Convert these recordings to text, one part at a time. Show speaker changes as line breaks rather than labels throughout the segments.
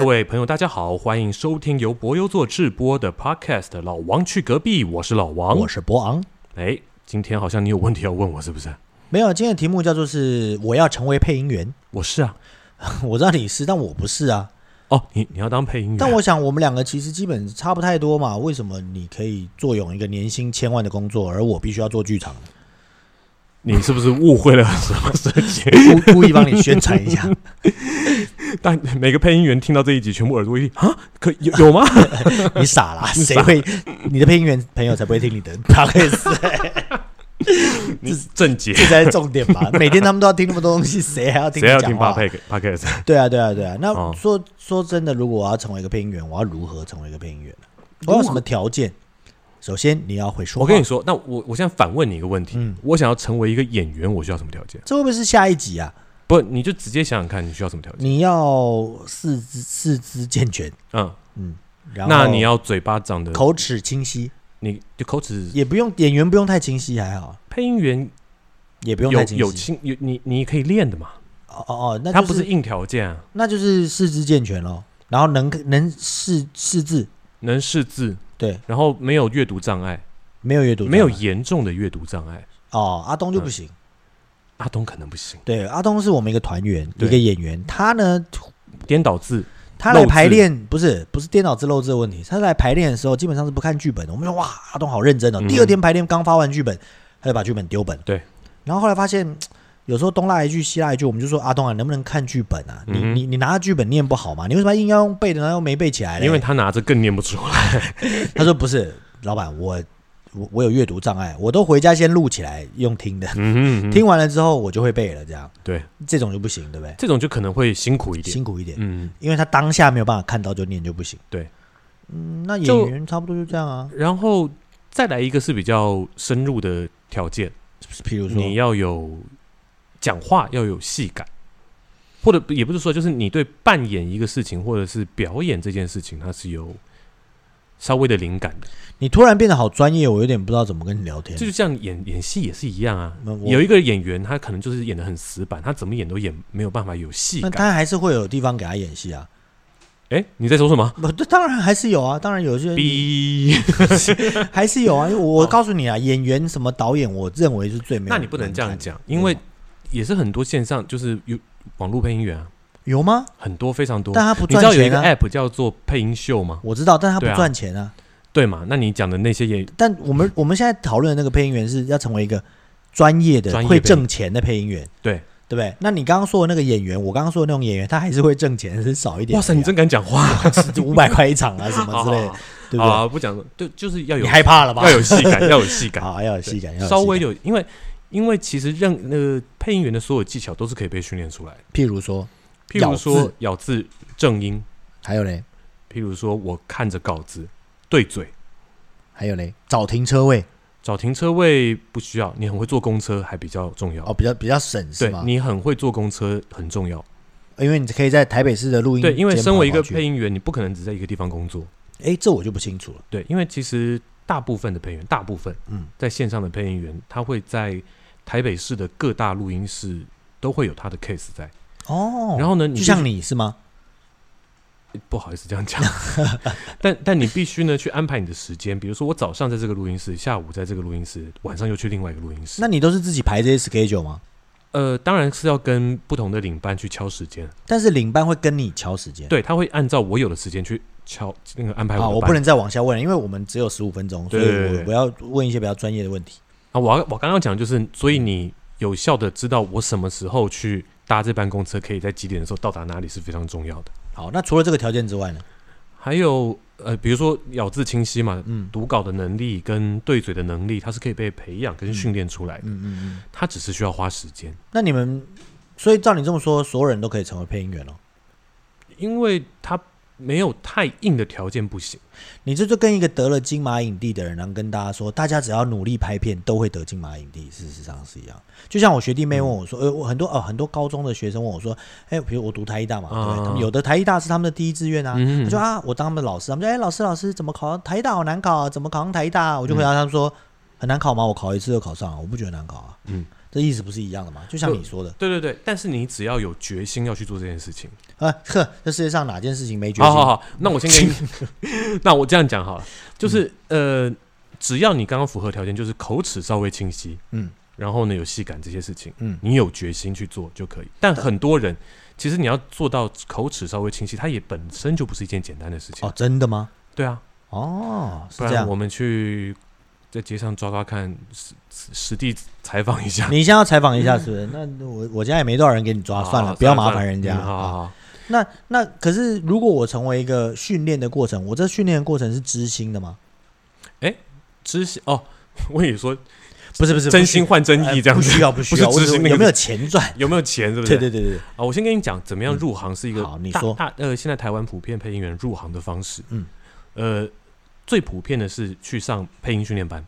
各位朋友，大家好，欢迎收听由博优做制播的 Podcast《老王去隔壁》，我是老王。
我是博昂。
哎，今天好像你有问题要问我，是不是？
没有，今天的题目叫做是我要成为配音员。
我是啊。
我知道你是，但我不是啊。
哦，你你要当配音员？
但我想我们两个其实基本差不太多嘛。为什么你可以坐拥一个年薪千万的工作，而我必须要做剧场？
你是不是误会了什么事情？
故故意帮你宣传一下，
但每个配音员听到这一集，全部耳朵一立 啊，可有有 吗？
你傻啦？谁会？你的配音员朋友才不会听你的 p o d c
你正解，
这才是重点吧？每天他们都要听那么多东西，谁还要听
谁
你
要
讲
听 p
话？
a c p a c
对啊，对啊，对啊。那
哦
说、说真的，如果我要成为一个配音员，我要如何成为一个配音员？
如
我有
何
什么条件？首先你要会说
我
话。
跟你说，那我我现在反问你一个问题：
嗯
我想要成为一个演员，我需要什么条件？
这会不会是下一集啊？
不，你就直接想想看，你需要什么条件？
你要四肢四肢健全，
嗯，
嗯，然后
那你要嘴巴长得，
口齿清晰，
你就口齿。
也不用演员不用太清晰，还好，
配音员
也不用
有
太清晰。
有清有你你可以练的嘛，
哦哦哦，那
它
就
不是硬条件啊，
那就是四肢健全咯，然后能能识识字，
能识字，
对，
然后没有阅读障碍，
没有阅读障碍，
没有嗯严重的阅读障碍。
哦，阿东就不行。
阿东可能不行，
对，阿东是我们一个团员，
对
一个演员，他呢，
颠倒字，
他
漏
来
字
排练不是不是电脑字漏字的问题，他来排练的时候基本上是不看剧本的。我们说哇，阿东好认真哦。
嗯
第二天排练刚发完剧本，他就把剧本丢本。
对，
然后后来发现。嘖有时候东拉一句西拉一句，我们就说阿东啊，能不能看剧本啊？你
嗯哼
你你拿着剧本念不好吗？你为什么硬要用背的呢？又没背起来嘞？
因为他拿着更念不出来。
他说不是，老板，我我我有阅读障碍，我都回家先录起来用听的，
嗯哼嗯哼，
听完了之后我就会背了，这样
对，
这种就不行，对不对？
这种就可能会辛苦一点。
辛苦一点，
嗯，
因为他当下没有办法看到就念就不行。
对，
嗯，那
就
演员差不多就这样啊。
然后再来一个是比较深入的条件，
譬如说，
你要有讲话要有戏感，或者也不是说，就是你对扮演一个事情或者是表演这件事情，它是有稍微的灵感的。
你突然变得好专业，我有点不知道怎么跟你聊天
这。就像演演戏也是一样啊。
那我
有一个演员，他可能就是演的很死板，他怎么演都演没有办法有戏
那
感。
他还是会有地方给他演戏啊。
哎、你在说什么？
不， 这当然还是有啊，当然有些
逼！
还是有啊。因为我
哦
我告诉你啊，演员什么导演，我认为是最没有。
那你不能这样，讲，
没有
因为也是很多线上就是有网络配音员啊，
有吗？
很多非常多。
但他不
你知
赚
道有一
钱
个
啊。
app 叫做配音秀吗？
我知道，但他
对啊
不赚钱啊。
对嘛？那你讲的那些也
但我们我们现在讨论的那个配音员是要成为一个专业的
专、业配
会
音
挣钱的配音员，
对。
对不对？那你刚刚说的那个演员，我刚刚说的那种演员，他还是会挣钱，是少一点而已啊。
哇塞，你真敢讲话！
五百块一场啊，什么 之类的，对不
好
对？
啊，不讲了，就就是要有
你害怕了吧？
要有戏感，要有戏感，
好，要有戏感，要有戏感
稍微。有，因为因为其实任那个配音员的所有技巧都是可以被训练出来的，
譬如说，
譬如
咬
说
字
咬字正音，
还有嘞，
譬如说我看着稿子对嘴，
还有嘞，找停车位
找停车位不需要，你很会坐公车还比较重要
哦，。比较比较省是
对
吗？
你很会坐公车很重要，
因为你可以在台北市的录音
对，因为
间
身为一
跑
个
来跑去
配，音员，你不可能只在一个地方工作，
哎，这我就不清楚了。
对，因为其实大部分的配音员，大部分
嗯，
在线上的配音员，他会在台北市的各大录音室都会有他的 case 在。
哦，
然后呢，你
就
必须
像你是吗？
不好意思这样讲， 但但你必须呢去安排你的时间，比如说我早上在这个录音室，下午在这个录音室，晚上又去另外一个录音室。
那你都是自己排这些 schedule 吗？
呃，当然是要跟不同的领班去敲时间，
但是领班会跟你敲时间。
对，他会按照我有的时间去敲那个安排
啊，
我的
我
班。
不能再往下问了，因为我们只有十五分钟，所以
对对对
我我要问一些比较专业的问题。
啊，我要我刚刚讲的就是，所以你有效的知道我什么时候去搭这班公车，可以在几点的时候到达哪里是非常重要的。
好，那除了这个条件之外呢？
还有呃，比如说咬字清晰嘛，
嗯
读稿的能力跟对嘴的能力，它是可以被培养跟训练出来的，
嗯嗯嗯。
它只是需要花时间。
那你们，所以照你这么说，所有人都可以成为配音员哦。
因为它没有太硬的条件不行。
你这就跟一个得了金马影帝的人，然后跟大家说，大家只要努力拍片，都会得金马影帝。事实上是一样。就像我学弟妹问
嗯
我说，呃，我很多呃很多高中的学生问我说，哎，比如我读台艺大嘛，对不对，
嗯
他们有的台艺大是他们的第一志愿啊。
嗯
他
嗯
说啊，我当他们的老师，他们说，哎，老师老师怎么考上台大好难考啊？怎么考上台大啊？我就回答他们说，很难考吗？我考一次就考上了，我不觉得难考啊。
嗯，
这意思不是一样的吗？就像你说的，
对对对，但是你只要有决心要去做这件事情，
啊，呵，这世界上哪件事情没决心？
好好好，那我先给你， 那我这样讲好了，就是、呃，只要你刚刚符合条件，就是口齿稍微清晰，
嗯
然后呢有细感这些事情，
嗯
你有决心去做就可以。但很多人其实你要做到口齿稍微清晰，它也本身就不是一件简单的事情。
哦，真的吗？
对啊，
哦，是
不
这
然
样
我。们去在街上抓抓看，实实实地采访一 下。
你先要采访一下，是不是？那我我家也没多少人给你抓，
好
啊算了，
好
不
算
要麻
了
烦人家
嗯好好
啊。
好，
那那可是，如果我成为一个训练的过程，我这训练的过程是知心的吗？
知心哦， 我也说
不是不是，
真心换真
哎
意这样
不
子，
需要不需
不是
要，我
知
只
心那个
有
是
没有钱赚？
有没有钱是不是？
对对对对对，
啊，我先跟你讲怎么样入行是一个
好你
大
说
大呃，现在台湾普遍配音员入行的方式，
嗯，
呃，最普遍的是去上配音训练班，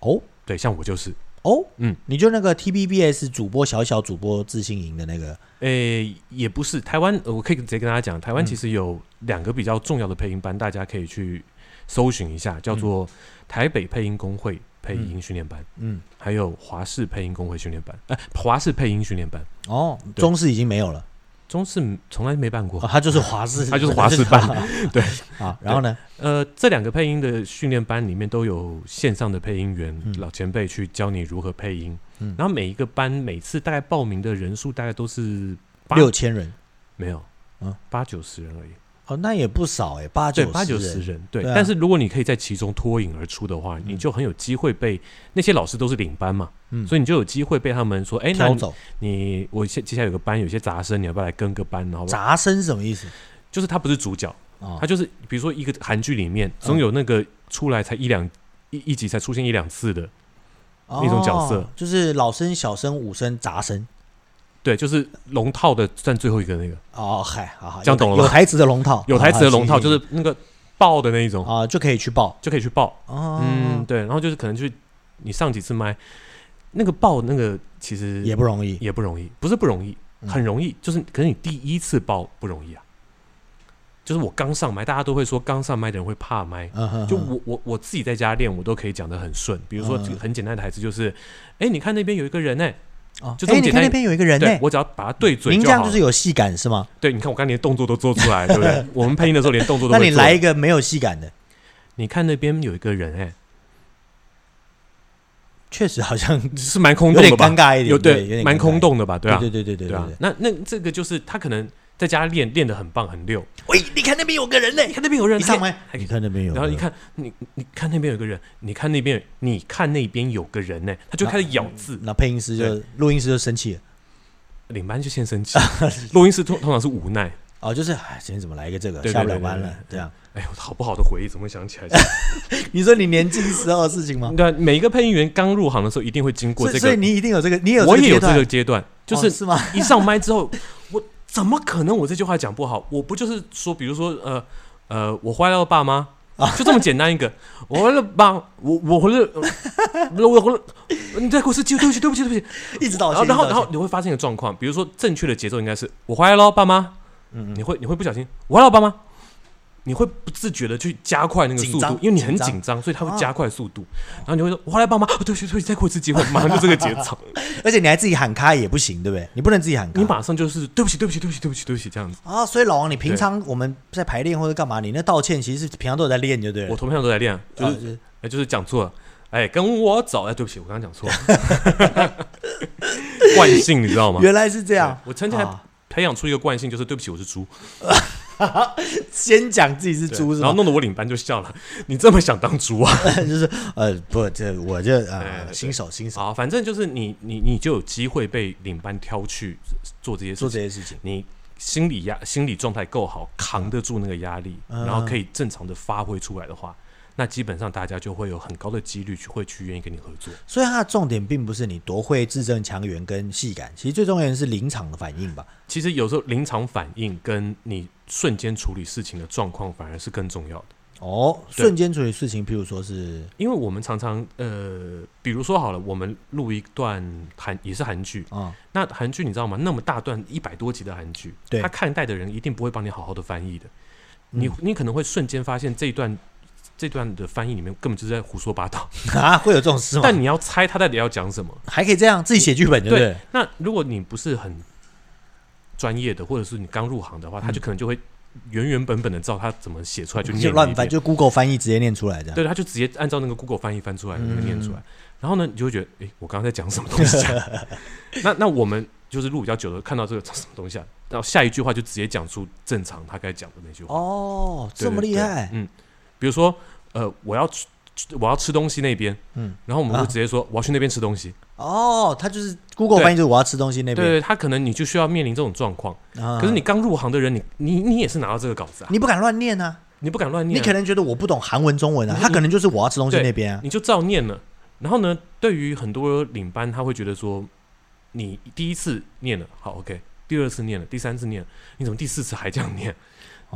哦
对，像我就是，
哦，
嗯，
你就那个 TBBS 主播小小主播自信营的那个，
诶、呃也不是台湾、呃我可以直接跟大家讲，台湾
嗯
其实有两个比较重要的配音班，大家可以去搜寻一下，叫做台北配音工会配音训练班，
嗯，
还有华视配音工会训练班，哎、华视配音训练班，
哦，
对
中视已经没有了，
中视从来没办过。
哦，他就是华 视，
他就是华视办 对
啊。然后呢，
呃，这两个配音的训练班里面都有线上的配音员、
嗯
老前辈去教你如何配音，
嗯
然后每一个班每次大概报名的人数大概都是八
六千人，
没有，
嗯
八九十人而已，
哦，那也不少哎，八
对
九
八九十
人，
人，对。
对啊
但是如果你可以在其中脱颖而出的话，你就很有机会被那些老师都是领班嘛，
嗯
所以你就有机会被他们说，哎、那
挑
你
走
你我现接下来有个班，有些杂声，你要不要来跟个班？然后
杂声是什么意思？
就是他不是主角，
哦
他，就是比如说一个韩剧里面总有那个出来才一两一一集才出现一两次的，那种角色
哦就是老生、小生、武生、杂生。
对，就是龙套的占最后一个那个，
哦，嗨，好好，
这样懂了吗
有台词的龙套，
有台词的龙套
好好
就是那个爆的那一种，
啊，就可以去报。
就可以去爆。
哦，
嗯，对，然后就是可能去你上几次麦，那个爆那个其实
也不容易。
也不容易，不是不容易，
嗯
很容易，就是可是你第一次爆不容易啊。就是我刚上麦，大家都会说刚上麦的人会怕麦，
嗯哼，
就
哼
我我我自己在家练，我都可以讲得很顺。比如说
嗯
这个很简单的台词就是，哎、你看那边有一个人呢、
哦
就这
哎，
么
你
简
看
单
那边有一个人呢
对，我只要把它对准
您这
就
样
好。
就是有戏感是吗？
对，你看我刚才连动作都做出来，对不 对？我们配音的时候连动作都
那
会做。
你来一，个没有戏感的，
你看那边有一个人、欸
确实好像
哎，是蛮空
有
洞的
点尴
吧？
尬一点，
有
对，有点
蛮
尴尬
空。洞的吧？对啊，
对对对对
对啊。那那这个就是他可能在家练练得很棒很溜，
喂，你看那边有个人呢，
你看那边有人，
你上
看
麦，
还可以
你看那边有个人，
然后你看你你看那边有个人，你看那边你看那边有个人呢、欸他就开始咬字，
那配音师就录音师就生气了，
领班就先生气，录音师通通常是无奈。
哦，就是哎，今天怎么来一个这个，
对对
下不了
对对
班
对
了，这样。
哎呦，好不好的回忆怎么会想起来？
你说你年轻时候的事情吗？
对啊，每一个配音员刚入行的时候一定会经过
所
这
以所以
个，
你一定有这个，你也有
我也有这
阶段
个阶段，就
哦
是
是吗？
一上麦之后，我怎么可能我这句话讲不好？我不就是说，比如说呃呃，我坏了爸妈。就这么简单一 个，我坏了爸，我我回了，呃 我回了，你再给我次机会，对不起，对不起，对不起。
一直道
然后
歉，
然后
一直
然
道
后
歉
你会发现一个状况，比如说正确的节奏应该是我回来喽，爸妈，
嗯
你会你会不小心我回来了，爸妈，你会不自觉的去加快那个速
紧张
度，因为你很
紧张
紧张，所以他
啊
会加快速度，然后你会说我回来了，爸妈，哦对不起对不起，再给我一次机会，马上就这个节 奏，
而且你还自己喊卡也不行，对不对？你不能自己喊卡。
你马上就是对不起对不起对不起对不起对不起这样子。
啊，所以老王，你平常我们在排练或者干嘛，你那道歉其实是平常都有在练，就对哦
我
了。
同朋友都在练，就
啊
是哎，就是讲错了，哎，跟我走，哎，对不起，我刚刚讲错了， 惯性你知道吗？
原来是这样
对，我曾经还
啊
培养出一个惯性，就是对不起，我是猪，
先讲自己是
对
猪是
然后
吧？
弄得我领班就笑了， 你这么想当猪啊？
就是呃，不，这我这
对对
啊，
哎对
新手新手
好，反正就是你你你就有机会被领班挑去做这些
做
事
这
情，
些事情，
你心理压心理状态够好，扛得住那个压力，
嗯
然后可以正常的发挥出来的话。那基本上大家就会有很高的几率去会去愿意跟你合作，
所以它的重点并不是你多会字正腔圆跟戏感，其实最重要的是临场的反应吧。
其实有时候临场反应跟你瞬间处理事情的状况反而是更重要的，
哦，
对
瞬间处理事情，譬如说是
因为我们常常呃，比如说好了，我们录一段韩也是韩剧，
啊，
那韩剧你知道吗？那么大段一百多集的韩剧，
对
他看待的人一定不会帮你好好的翻译的，
嗯
你你可能会瞬间发现这一段这段的翻译里面根本就是在胡说八 道，
啊，会有这种事吗？
但你要猜他到底要讲什么。
还可以这样自己写剧本，对不对？
那如果你不是很专业的，或者是你刚入行的话，他就可能就会原原本本的照他怎么写出来就念
就
你
乱
一
翻，
遍
就 Google 翻译直接念出来这样。
对，他就直接按照那个 Google 翻译翻出来，
嗯
那个念出来。然后呢，你就会觉得，诶，我刚刚在讲什么东西、啊？ 那那我们就是录比较久的，看到这个这什么东西啊，然后下一句话就直接讲出正常他该讲的那句话。
哦，
对
这么厉
对
害
嗯，比如说，呃，我要吃吃我要吃东西那边，
嗯
嗯，然后我们会
啊
直接说我要去那边吃东西。
哦！他就是 Google 翻译，就是我要吃东西那
对
边。
对，他可能你就需要面临这种状况。
啊
可是你刚入行的人，你你你也是拿到这个稿子啊，
你不敢乱念啊，
你不敢乱
你
念啊、
可能觉得我不懂韩文、中文啊，
你
他可能就是我要吃东西
对
那边啊。
你就照念了。然后呢，对于很多领班，他会觉得说，你第一次念了，好 OK，第二次念了，第三次念了，你怎么第四次还这样念？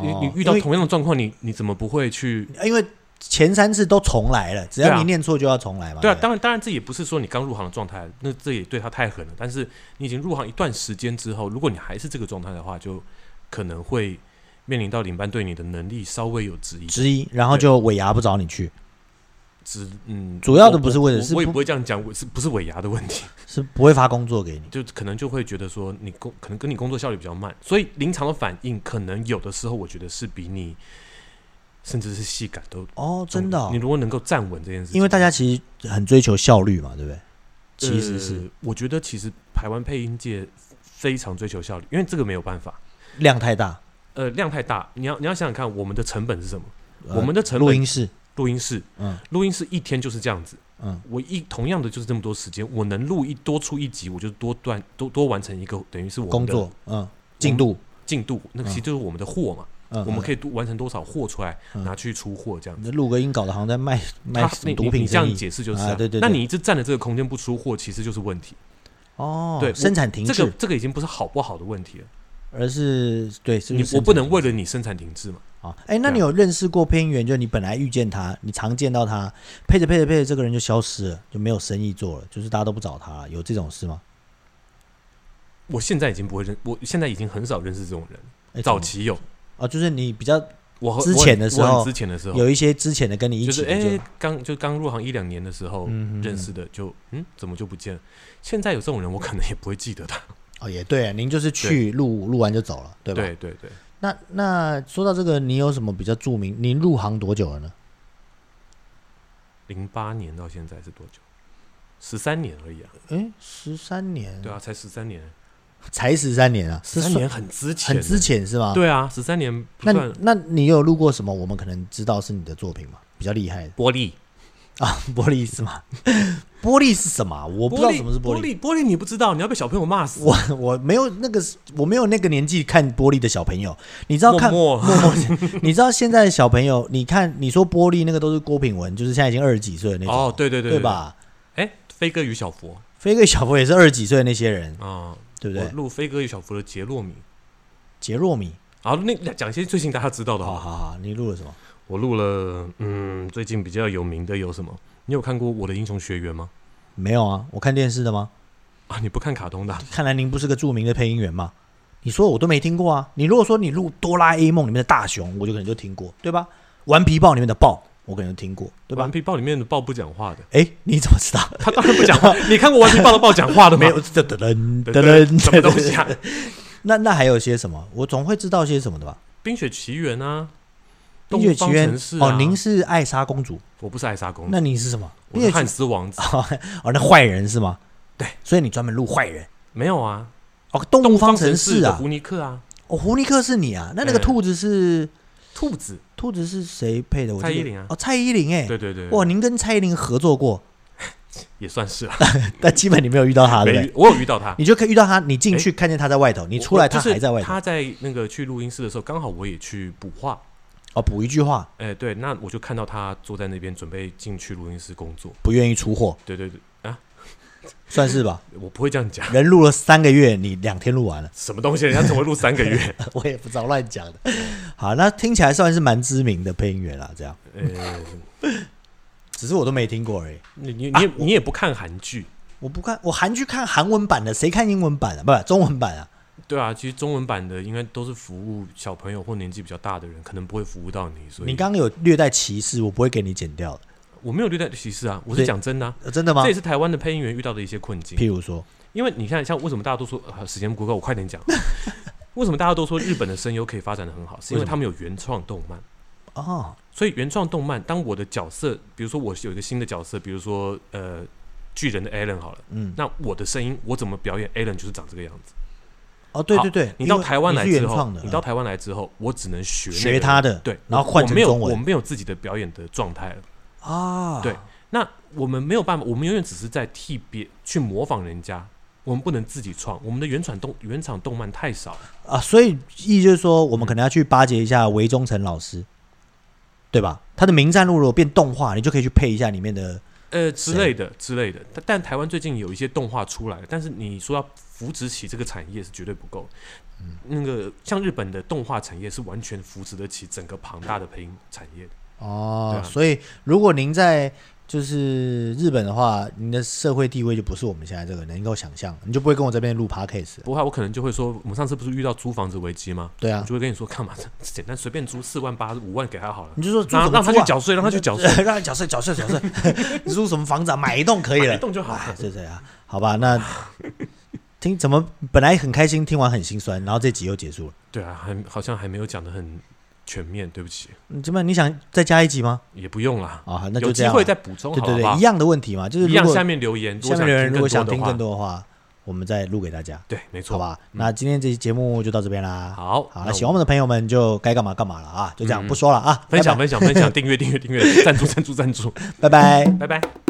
你
哦
你遇到
因为
同样的状况，你你怎么不会去？
因为前三次都重来了，只
对
要
啊
你念错就要重来嘛。
对啊，
不
当然当然，这也不是说你刚入行的状态，那这也对他太狠了。但是你已经入行一段时间之后，如果你还是这个状态的话，就可能会面临到领班对你的能力稍微有质疑
之一，然后
对
就尾牙不找你去，
之嗯，
主要的不是为了
我
是
我也
不
不会这样讲，我是不是尾牙的问题？
是不会发工作给你。
就可能就会觉得说你工可能跟你工作效率比较慢，所以临场的反应可能有的时候我觉得是比你甚至是细感都
哦，真的哦、
你如果能够站稳这件事情，
因为大家其实很追求效率嘛，对不对？其实是、
呃我觉得其实台湾配音界非常追求效率，因为这个没有办法，
量太大，
呃，量太大，你要你要想想看我们的成本是什么？
呃
我们的成
录
本
音室，
录音室，
嗯
录音室一天就是这样子，
嗯，
我一同样的就是这么多时间，我能录一多出一集，我就多段多多完成一个，等于是我们
工
的
作，嗯，进度，
进度，那其实就是我们的货嘛。
嗯，
我们可
以
以多完成多少货出来，
嗯
拿去出货这样子。
录个音搞得好像在卖卖
他
什
你
么
你
毒
你
品
这样
生意。
解释就是、
啊对对对
那你一直占着这个空间不出货，其实就是问题。
哦，
对我
生产停
这
滞，
个这个已经不是好不好的问题了，
而是对，是
你
是
我不能
生产停
为了你生产停滞嘛。
滞啊。哎，那你
对
有认识过配音员？就你本来遇见他，你常见到他，配着配着配着，这个人就消失了，就没有生意做了，就是大家都不找他了，有这种事吗？
我现在已经不会认，我现在已经很少认识这种人。
哎
早
怎么
期有，
啊，就是你比较
我和
之前的时候
我很之前的时候
有一些之前的跟你一
啊就
起
是
的
哎，刚就刚入行一两年的时候
嗯嗯嗯
认识的，就嗯怎么就不见了？现在有这种人，我可能也不会记得他。
哦，也对，您就是去录录完就走了，对吧？
对对对，
那那说到这个，你有什么比较著名？您入行多久了呢？
零八年到现在是多久？十三年而已啊，
哎，十三年，
对啊，才十三年，
才十三年啊，
十
十
三年很之前
很
欸，
之前是吗？。
对啊，十三年不
那
算
那你有录过什么？我们可能知道是你的作品吗？比较厉害的
玻璃，
玻璃是吗？ 玻璃是什么啊？我
我
不知道什么是玻
璃，玻璃你不知道，你要被小朋友骂死。
我我没有那个，我没有那个年纪看玻璃的小朋友。你知道看
默默，
默默你知道现在的小朋友，你看你说玻璃那个都是郭品文，就是现在已经二十几岁的那种，
哦，对对对
对？吧？
哎，飞哥与小佛
飞哥与小佛也是二十几岁的那些人，
啊，
对不
我
对？
录飞哥与小佛的杰洛米。
杰若米，
好，那讲一些最近大家知道的
好
哈。
好好，你录了什么？
我录了，嗯，最近比较有名的有什么？你有看过《我的英雄学员》吗？
没有啊，我看电视的吗？
啊，你不看卡通的啊？
看来您不是个著名的配音员嘛？你说我都没听过啊。你如果说你录《哆啦 A 梦》里面的大雄，我就可能就听过，对吧？《顽皮豹》里面的豹，我可能就听过，对吧
顽？皮豹里面的豹不讲话的，
哎，你怎么知道？
他当然不 讲话。你看过顽皮豹的豹讲话的吗？
没有，噔噔噔
对，
噔
对
噔，？
什么东西啊？
那那还有些什么？我总会知道些什么的吧？
《冰雪奇缘》啊，
《
《
冰雪奇缘》
啊
哦，您
是？
是艾莎公主，
我不是艾莎公主，
那你是什么？
嗯我
冰
是
雪奇
汉斯王子。
哦，那坏人是吗？
对，
所以你专门录坏人
没有啊，
哦，动物方程式
的
啊
胡，尼克啊，
哦，胡尼克是你啊，那那个
嗯
兔子是、
兔子，
兔子是谁配的？我记得
蔡依林啊
哦，蔡依林哎、
对对对，
哇，您跟蔡依林合作过，
也算是啊。
但基本你没有遇到她，对不
没
对？
遇我有遇到他，
你就可以遇到她，你进去看见她在外头，你
我
出来
我
她
就是
还在外头。
他在那个去录音室的时候，刚好我也去补话。
哦，补一句话，
哎，对，那我就看到他坐在那边准备进去录音室工作。
不愿意出货，
对对对，
算是 吧。
我不会这样讲，
人录了三个月，你两天录完了，
什么东西？人家怎么会录三个月？
我也不知道乱讲的。好，那听起来算是蛮知名的配音员啦，这样，
呃，
只是我都没听过而已。
你你你也你也不看韩剧，
我不看，我韩剧看韩文版的，谁看英文版啊？不，中文版啊？
对啊，其实中文版的应该都是服务小朋友或年纪比较大的人，可能不会服务到你，所以
你刚刚有略带歧视，我不会给你剪掉的，
我没有略带歧视啊，我
对
是讲真的、啊，
呃真的吗
这？也是台湾的配音员遇到的一些困境。
譬如说，
因为你看，像为什么大家都说、呃、时间不够，我快点 讲。为什么大家都说日本的声优可以发展的很好，是因
为
为
什么
他们有原创动漫。
哦，
所以原创动漫，当我的角色，比如说我是有一个新的角色，比如说呃巨人的 Alan 好了，
嗯，
那我的声音我怎么表演 Alan 就是长这个样子。
哦，对
好
对对，
你
因
到
为
台湾来
你是
之
原
后
创的，，
你到台湾来之后，我只能学那个
学他的，
对，
然后
我
换
我
成
没有
中文
我没有自己的表演的状态了。
啊，
对那我们没有办法，我们永远只是在替别去模仿人家，我们不能自己创。我们的原产动原厂动漫太少了，
啊，所以意思就是说，我们可能要去巴结一下韦忠诚老师，对吧？他的《名战录》如果变动画，你就可以去配一下里面的
呃之类的之类的。但但台湾最近有一些动画出来了，但是你说要扶植起这个产业是绝对不够。
嗯
那个像日本的动画产业是完全扶持得起整个庞大的配音产业的。
哦
对啊
所以如果您在就是日本的话，您的社会地位就不是我们现在这个能够想象，你就不会跟我这边录 podcast 了。
不过我可能就会说，我们上次不是遇到租房子危机吗？
对
我
啊，
就会跟你说，干嘛？ 这简单随便租四万八、五万给他好了，
你就说租什
让
么
让他
租
去
啊，
缴税，让他去缴税，
让他缴税，缴税，缴税。你租什么房子啊？买一栋可以
买
了，
一栋就好了
哎对对啊，好吧，那听怎么本来很开心，听完很心酸，然后这集又结束了。
对啊，还好像还没有讲的很全面，对不起，
你嗯怎么你想再加一集吗？
也不用啦，
啊，那就
有
这
机
样
会
啊。
再补充
对
好了
对
好不好
对，一样的问题嘛，就是
一
如
样
果
下面留言，
下面留言如果想听更
多的话，
多的话，我们再录给大家，
对，没
好
错，嗯
吧？那今天这期节目就到这边啦。
好，
好
那
了，喜欢我们的朋友们就该干嘛干嘛了啊，就这样，
嗯
不说了啊，
分享
拜
分享分享，订阅订阅订阅，赞助赞助赞助，
拜，拜拜。
拜拜。